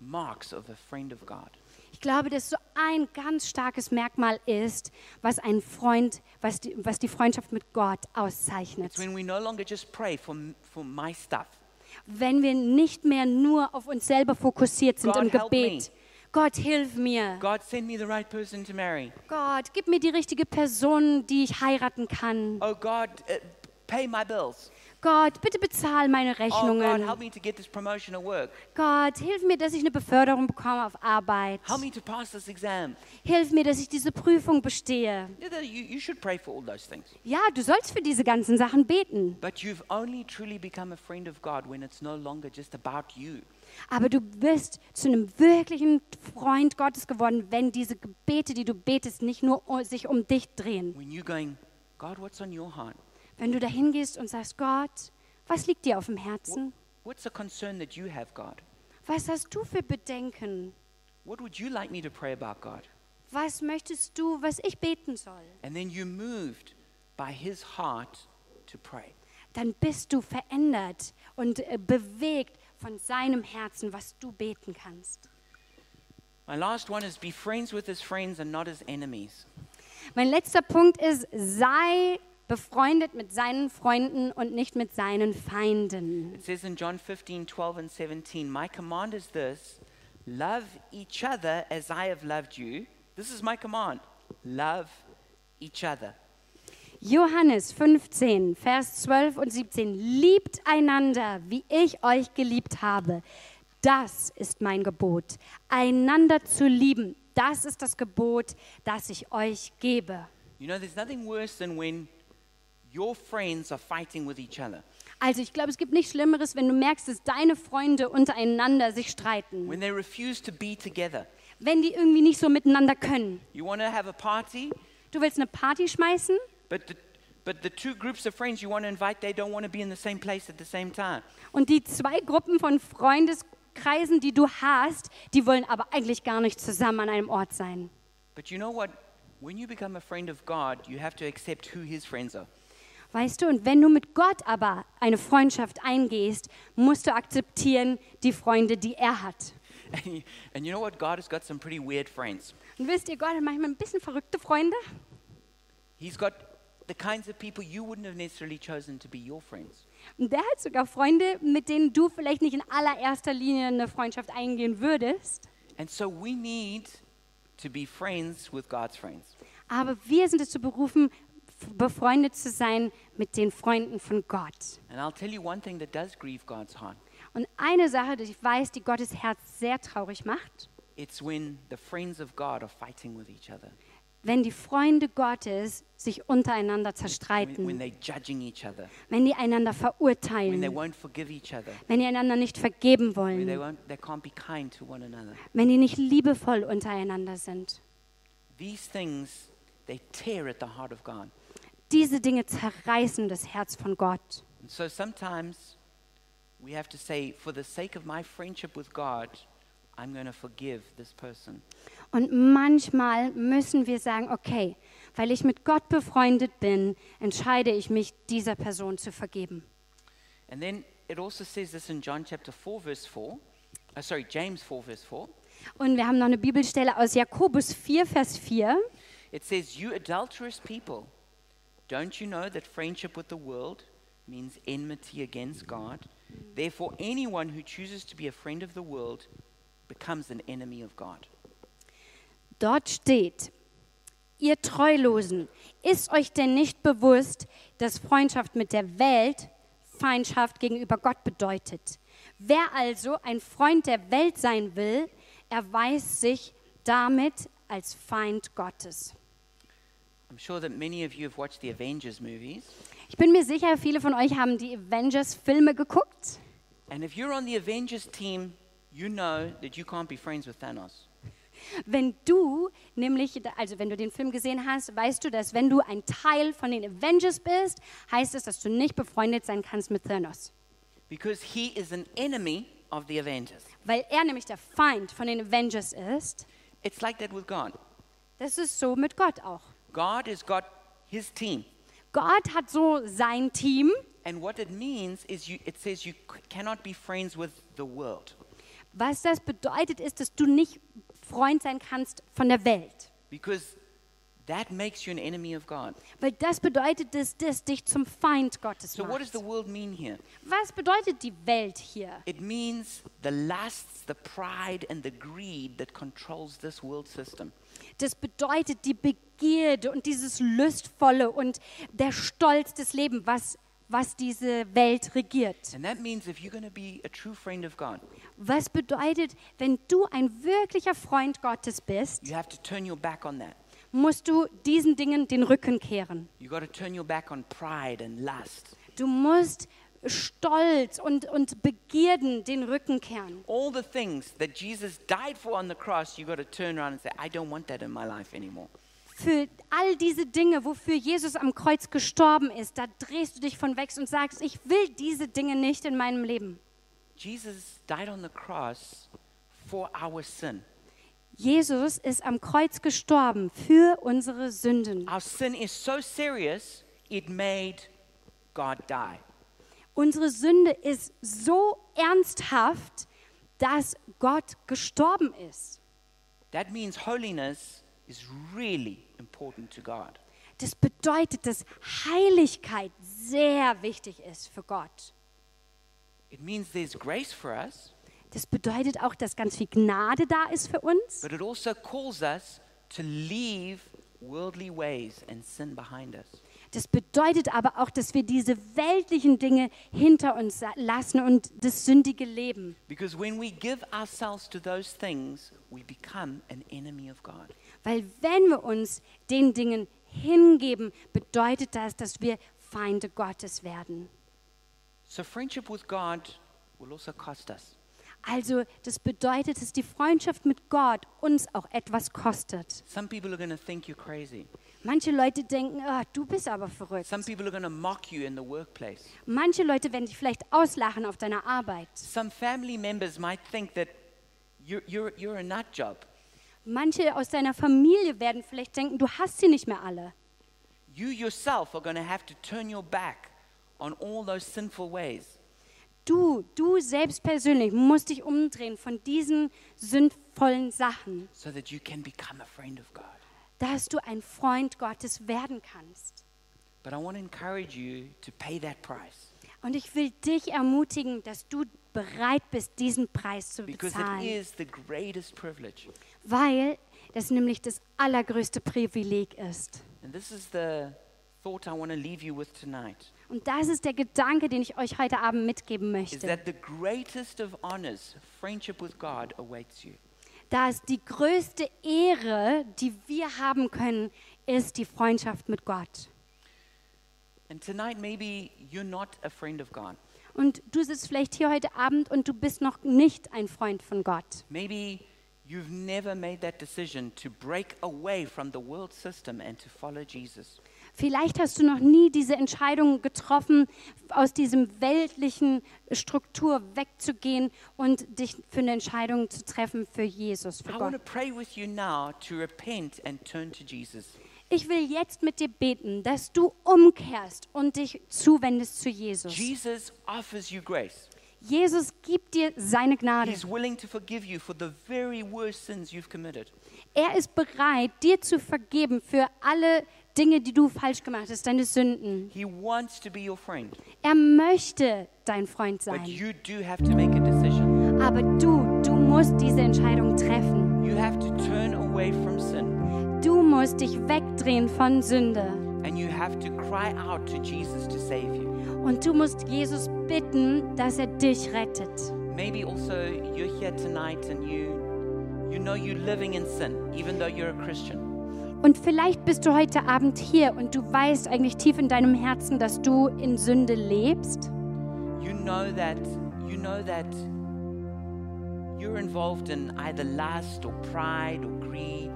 A: marks of a friend of God.
B: Ich glaube, dass so ein ganz starkes Merkmal ist, was ein Freund, was die, was die Freundschaft mit Gott auszeichnet.
A: It's when we no longer just pray for m- for my stuff.
B: Wenn wir nicht mehr nur auf uns selber fokussiert sind
A: God
B: im
A: help me.
B: Gebet. Gott, hilf mir.
A: God send me the right person to marry.
B: Gott, gib mir die richtige Person, die ich heiraten kann.
A: Oh God, uh, pay my bills.
B: Gott, bitte bezahl meine
A: Oh, God,
B: Rechnungen.
A: help me to get this promotion at work.
B: Gott, hilf mir, dass ich eine Beförderung bekomme auf Arbeit.
A: Help me to pass this exam.
B: Hilf mir, dass ich diese Prüfung bestehe.
A: You, know, you, you should pray for all those things.
B: Ja, du sollst für diese ganzen Sachen beten.
A: But you've only truly become a friend of God when it's no longer just about you.
B: Aber du bist zu einem wirklichen Freund Gottes geworden, wenn diese Gebete, die du betest, nicht nur o- sich um dich drehen.
A: When you're going, God, what's on your heart?
B: Wenn du dahin gehst und sagst, Gott, was liegt dir auf dem Herzen?
A: What's the concern that you have, God?
B: Was hast du für Bedenken?
A: What would you like me to pray about, God?
B: Was möchtest du, was ich beten soll?
A: And then you're moved by His heart to pray.
B: Dann bist du verändert und äh, bewegt von seinem Herzen, was du beten kannst.
A: My last one is be friends with His friends and not His enemies.
B: Mein letzter Punkt ist, sei befreundet mit seinen Freunden und nicht mit seinen Feinden.
A: It says in John 15, 12, and 17, My command is this love each other as I have loved you. This is my command love each other.
B: Johannes 15, Vers 12 und 17. Liebt einander, wie ich euch geliebt habe. Das ist mein Gebot. Einander zu lieben, das ist das Gebot, das ich euch gebe.
A: You know, there's nothing worse than when your friends are fighting with each other.
B: Also ich glaube, es gibt nichts Schlimmeres, wenn du merkst, dass deine Freunde untereinander sich streiten.
A: When they refuse to be together.
B: Wenn die irgendwie nicht so miteinander können.
A: You want to have a party,
B: Du willst eine Party schmeißen,
A: but the, but the two groups of friends you want to invite, they don't want to be in the same place at the same time.
B: Und die zwei Gruppen von Freundeskreisen, die du hast, die wollen aber eigentlich gar nicht zusammen an einem Ort sein.
A: But you know what? When you become a friend of God, you have to accept who his friends are. [laughs]
B: Weißt du, und wenn du mit Gott aber eine Freundschaft eingehst, musst du akzeptieren die Freunde, die er hat.
A: And you, and you know what? God has got some pretty weird friends.
B: Und wisst ihr, Gott hat manchmal ein bisschen verrückte Freunde.
A: He's got the kinds of people you wouldn't have necessarily chosen to be your friends.
B: Und der hat sogar Freunde, mit denen du vielleicht nicht in allererster Linie eine Freundschaft eingehen würdest.
A: And so we need to be friends with God's friends.
B: Aber wir sind dazu berufen, f- befreundet zu sein mit den Freunden von Gott.
A: And I'll tell you one thing that does grieve God's heart.
B: Und eine Sache, die ich weiß, die Gottes Herz sehr traurig macht,
A: It's when the friends of God are fighting with each other,
B: wenn die Freunde Gottes sich untereinander
A: when, when
B: zerstreiten,
A: they're judging each other,
B: wenn die einander
A: when they
B: verurteilen,
A: won't forgive each other,
B: wenn die einander nicht vergeben
A: when they,
B: wollen,
A: won't, they can't be kind to one another.
B: wenn die nicht liebevoll untereinander sind.
A: These things, they tear at the heart of God.
B: Diese Dinge zerreißen das Herz von Gott.
A: And so sometimes we have to say, for the sake of my friendship with God, I'm going to forgive this person.
B: Und manchmal müssen wir sagen, okay, weil ich mit Gott befreundet bin, entscheide ich mich, dieser Person zu vergeben.
A: And then it also says this in John chapter 4, verse 4. Uh, sorry, James 4, verse 4.
B: Und wir haben noch eine Bibelstelle aus Jakobus 4, Vers 4.
A: It says, You adulterous people, don't you know that friendship with the world means enmity against God? Therefore, anyone who chooses to be a friend of the world becomes an enemy of God.
B: Dort steht, ihr Treulosen, ist euch denn nicht bewusst, dass Freundschaft mit der Welt Feindschaft gegenüber Gott bedeutet? Wer also ein Freund der Welt sein will, erweist sich damit als Feind Gottes.
A: I'm sure that many of you have watched the Avengers movies.
B: Ich bin mir sicher, viele von euch haben die Avengers-Filme geguckt.
A: And if you're on the Avengers team, you know that you can't be friends with Thanos.
B: Wenn du nämlich, also wenn du den Film gesehen hast, weißt du, dass wenn du ein Teil von den Avengers bist, heißt es, dass du nicht befreundet sein kannst mit Thanos.
A: Because he is an enemy of the Avengers.
B: weil er nämlich der Feind von den Avengers ist,
A: It's like that with God.
B: das ist so mit Gott auch.
A: God has got his team.
B: Gott hat so sein Team,
A: And what it means is you, it says you c- cannot be friends with the world.
B: was das bedeutet ist, dass du nicht Freund sein kannst von der Welt.
A: Because that makes you an enemy of God.
B: Weil das bedeutet, dass das dich zum Feind Gottes
A: So, what does
B: macht.
A: the world mean here?
B: Was bedeutet die Welt hier?
A: It means the lusts, the pride, and the greed that controls this world system.
B: Das bedeutet die Begierde und dieses Lustvolle und der Stolz des Lebens, was was diese Welt regiert.
A: And that means if you're going to be a true friend of God,
B: Was bedeutet, wenn du ein wirklicher Freund Gottes bist,
A: you have to turn your back on that.
B: musst du diesen Dingen den Rücken kehren.
A: You got to turn your back on pride and lust.
B: Du musst Stolz und, und Begierden den Rücken kehren.
A: All the things that Jesus died for on the cross, you got to turn around and say, I don't want that in my life anymore.
B: Für all diese Dinge, wofür Jesus am Kreuz gestorben ist, da drehst du dich von weg und sagst, ich will diese Dinge nicht in meinem Leben.
A: Jesus died on the cross for our sin.
B: Jesus ist am Kreuz gestorben für unsere Sünden.
A: Our sin is so serious, it made God die.
B: Unsere Sünde ist so ernsthaft, dass Gott gestorben ist.
A: That means holiness is really important to God.
B: Das bedeutet, dass Heiligkeit sehr wichtig ist für Gott.
A: It means there's grace for us,
B: Das bedeutet auch, dass ganz viel Gnade da ist für uns.
A: but it also calls us to leave worldly ways and sin behind us.
B: Das bedeutet aber auch, dass wir diese weltlichen Dinge hinter uns lassen und das sündige Leben.
A: Because when we give ourselves to those things, we become an enemy of God.
B: Weil wenn wir uns den Dingen hingeben, bedeutet das, dass wir Feinde Gottes werden.
A: So friendship with God will also cost us.
B: Also das bedeutet, dass die Freundschaft mit Gott uns auch etwas kostet.
A: Some people are going to think you're crazy.
B: Manche Leute denken, "Ah, du bist aber verrückt.
A: Some people are going to mock you in the workplace.
B: Manche Leute werden dich vielleicht auslachen auf deiner Arbeit.
A: Some family members might think that you're, you're, you're a nut job.
B: Manche aus deiner Familie werden vielleicht denken, du hast sie nicht mehr alle.
A: You yourself are going to have to turn your back on all those sinful ways.
B: Du, du selbst persönlich musst dich umdrehen von diesen sündvollen Sachen,
A: so that you can become a friend of God.
B: dass du ein Freund Gottes werden kannst.
A: But I want to encourage you to pay that price
B: Und ich will dich ermutigen, dass du bereit bist, diesen Preis zu
A: because it
B: bezahlen,
A: is the greatest privilege.
B: weil das nämlich das allergrößte Privileg ist.
A: And this is the thought I want to leave you with tonight
B: Und das ist der Gedanke, den ich euch heute Abend mitgeben
A: is
B: möchte.
A: that the greatest of honors, friendship with God, awaits you.
B: dass die größte Ehre, die wir haben können, ist die Freundschaft mit Gott.
A: And tonight, maybe you're not a friend of God.
B: Und du sitzt vielleicht hier heute Abend und du bist noch nicht ein Freund von Gott.
A: Maybe you've never made that decision to break away from the world system and to follow Jesus.
B: Vielleicht hast du noch nie diese Entscheidung getroffen, aus diesem weltlichen Struktur wegzugehen und dich für eine Entscheidung zu treffen für Jesus, für
A: I want to
B: Gott.
A: pray with you now to repent and turn to Jesus.
B: Ich will jetzt mit dir beten, dass du umkehrst und dich zuwendest zu Jesus.
A: Jesus offers you grace.
B: Jesus gibt dir seine Gnade.
A: He's willing to forgive you for the very worst sins you've committed.
B: Er ist bereit, dir zu vergeben für alle Dinge, die du falsch gemacht hast, deine Sünden.
A: He wants to be your friend,
B: Er möchte dein Freund
A: but
B: sein.
A: you do have to make a decision.
B: Aber du, du musst diese Entscheidung treffen.
A: You have to turn away from sin
B: Du musst dich wegdrehen von Sünde.
A: and you have to cry out to Jesus to save you.
B: Und du musst Jesus bitten, dass er dich rettet.
A: Maybe also you're here tonight and you you know you're living in sin even though you're a Christian.
B: Und vielleicht bist du heute Abend hier und du weißt eigentlich tief in deinem Herzen, dass du in Sünde lebst.
A: You know that you know that you're involved in either lust or pride or greed.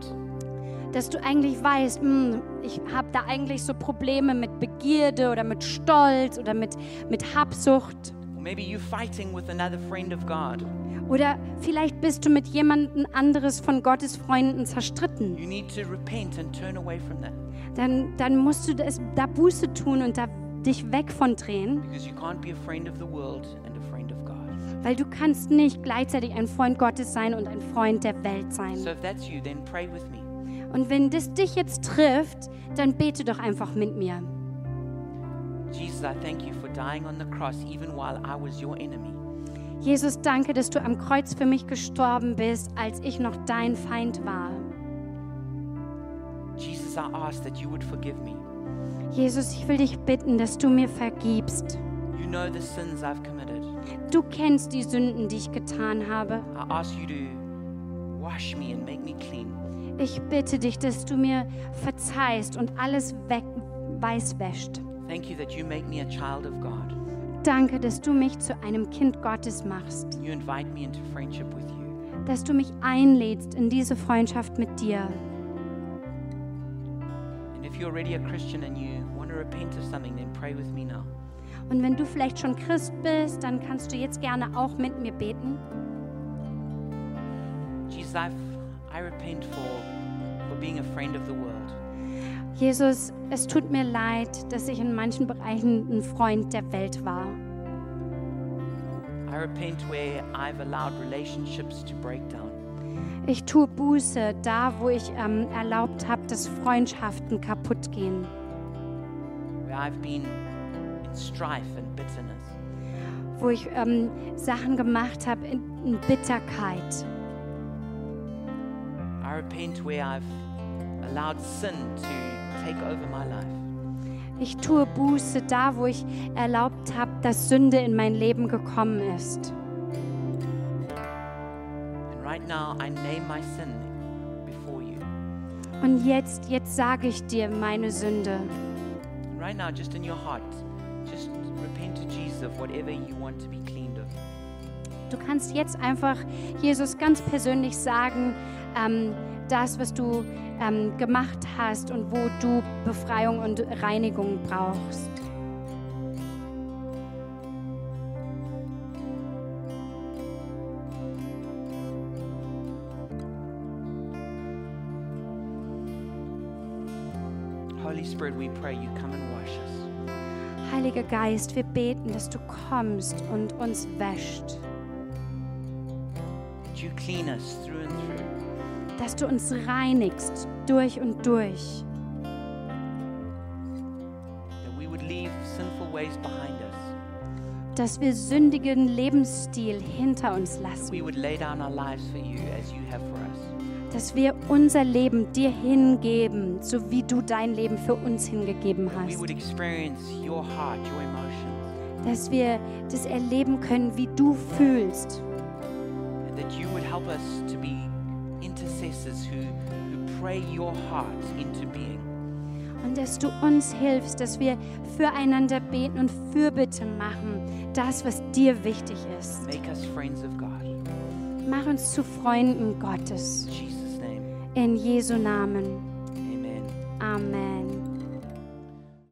B: dass du eigentlich weißt, "Hm, ich habe da eigentlich so Probleme mit Begierde oder mit Stolz oder mit, mit Habsucht.
A: Or maybe you're fighting with another friend of God.
B: Oder vielleicht bist du mit jemandem anderes von Gottes Freunden zerstritten.
A: You need to repent and turn away from that
B: Dann, dann musst du das, da Buße tun und da dich weg von drehen,
A: because you can't be a friend of the world and a friend of God.
B: weil du kannst nicht gleichzeitig ein Freund Gottes sein und ein Freund der Welt sein.
A: So if that's you, then pray with me.
B: Und wenn das dich jetzt trifft, dann bete doch einfach mit mir.
A: Jesus, I thank you for dying on the cross even while I was your enemy.
B: Jesus, danke, dass du am Kreuz für mich gestorben bist, als ich noch dein Feind war.
A: Jesus, I ask that you would forgive me.
B: Jesus, ich will dich bitten, dass du mir vergibst.
A: You know the sins I've committed.
B: Du kennst die Sünden, die ich getan habe.
A: I ask you to wash me and make me clean.
B: Ich bitte dich, dass du mir verzeihst und alles weg, weiß wäscht.
A: Thank you that you make me a child of God.
B: Danke, dass du mich zu einem Kind Gottes machst,
A: You invite me into friendship with you.
B: dass du mich einlädst in diese Freundschaft mit dir.
A: And if you're already a Christian and you want to repent of something, then pray with me now.
B: Und wenn du vielleicht schon Christ bist, dann kannst du jetzt gerne auch mit mir beten.
A: Jesus, I've, I repent for, for being a friend of the world.
B: Jesus, es tut mir leid, dass ich in manchen Bereichen ein Freund der Welt war.
A: I repent where I've allowed relationships to break down.
B: Ich tue Buße da, wo ich ähm, erlaubt habe, dass Freundschaften kaputt gehen,
A: where I've been in strife and bitterness.
B: wo ich ähm, Sachen gemacht habe in, in Bitterkeit.
A: I repent where I've allowed sin to take over my life.
B: Ich tue Buße da, wo ich erlaubt habe, dass Sünde in mein Leben gekommen ist.
A: And right now, I name my sin before you.
B: Und jetzt, jetzt sage ich dir meine Sünde.
A: And right now, just in your heart, just repent to Jesus of whatever you want to be cleaned of.
B: Du kannst jetzt einfach Jesus ganz persönlich sagen, ähm, das, was du ähm, gemacht hast und wo du Befreiung und Reinigung brauchst.
A: Holy Spirit, we pray you come and wash us.
B: Heiliger Geist, wir beten, dass du kommst und uns wäscht,
A: That you clean us through and through.
B: dass du uns reinigst durch und durch,
A: That we would leave sinful ways behind us.
B: dass wir sündigen Lebensstil hinter uns
A: That
B: lassen,
A: we would lay down our lives for you as you have for us.
B: dass wir unser Leben dir hingeben, so wie du dein Leben für uns hingegeben
A: That we
B: hast.
A: would experience your heart, your emotions.
B: dass wir das erleben können, wie du fühlst,
A: And that you would help us to be intercessors who, who pray your heart into being.
B: und dass du uns hilfst, dass wir füreinander beten und Fürbitte machen, das, was dir wichtig ist.
A: Make us friends of God. In
B: Mach uns zu Freunden Gottes.
A: Jesus' name,
B: In Jesu Namen.
A: amen.
B: Amen.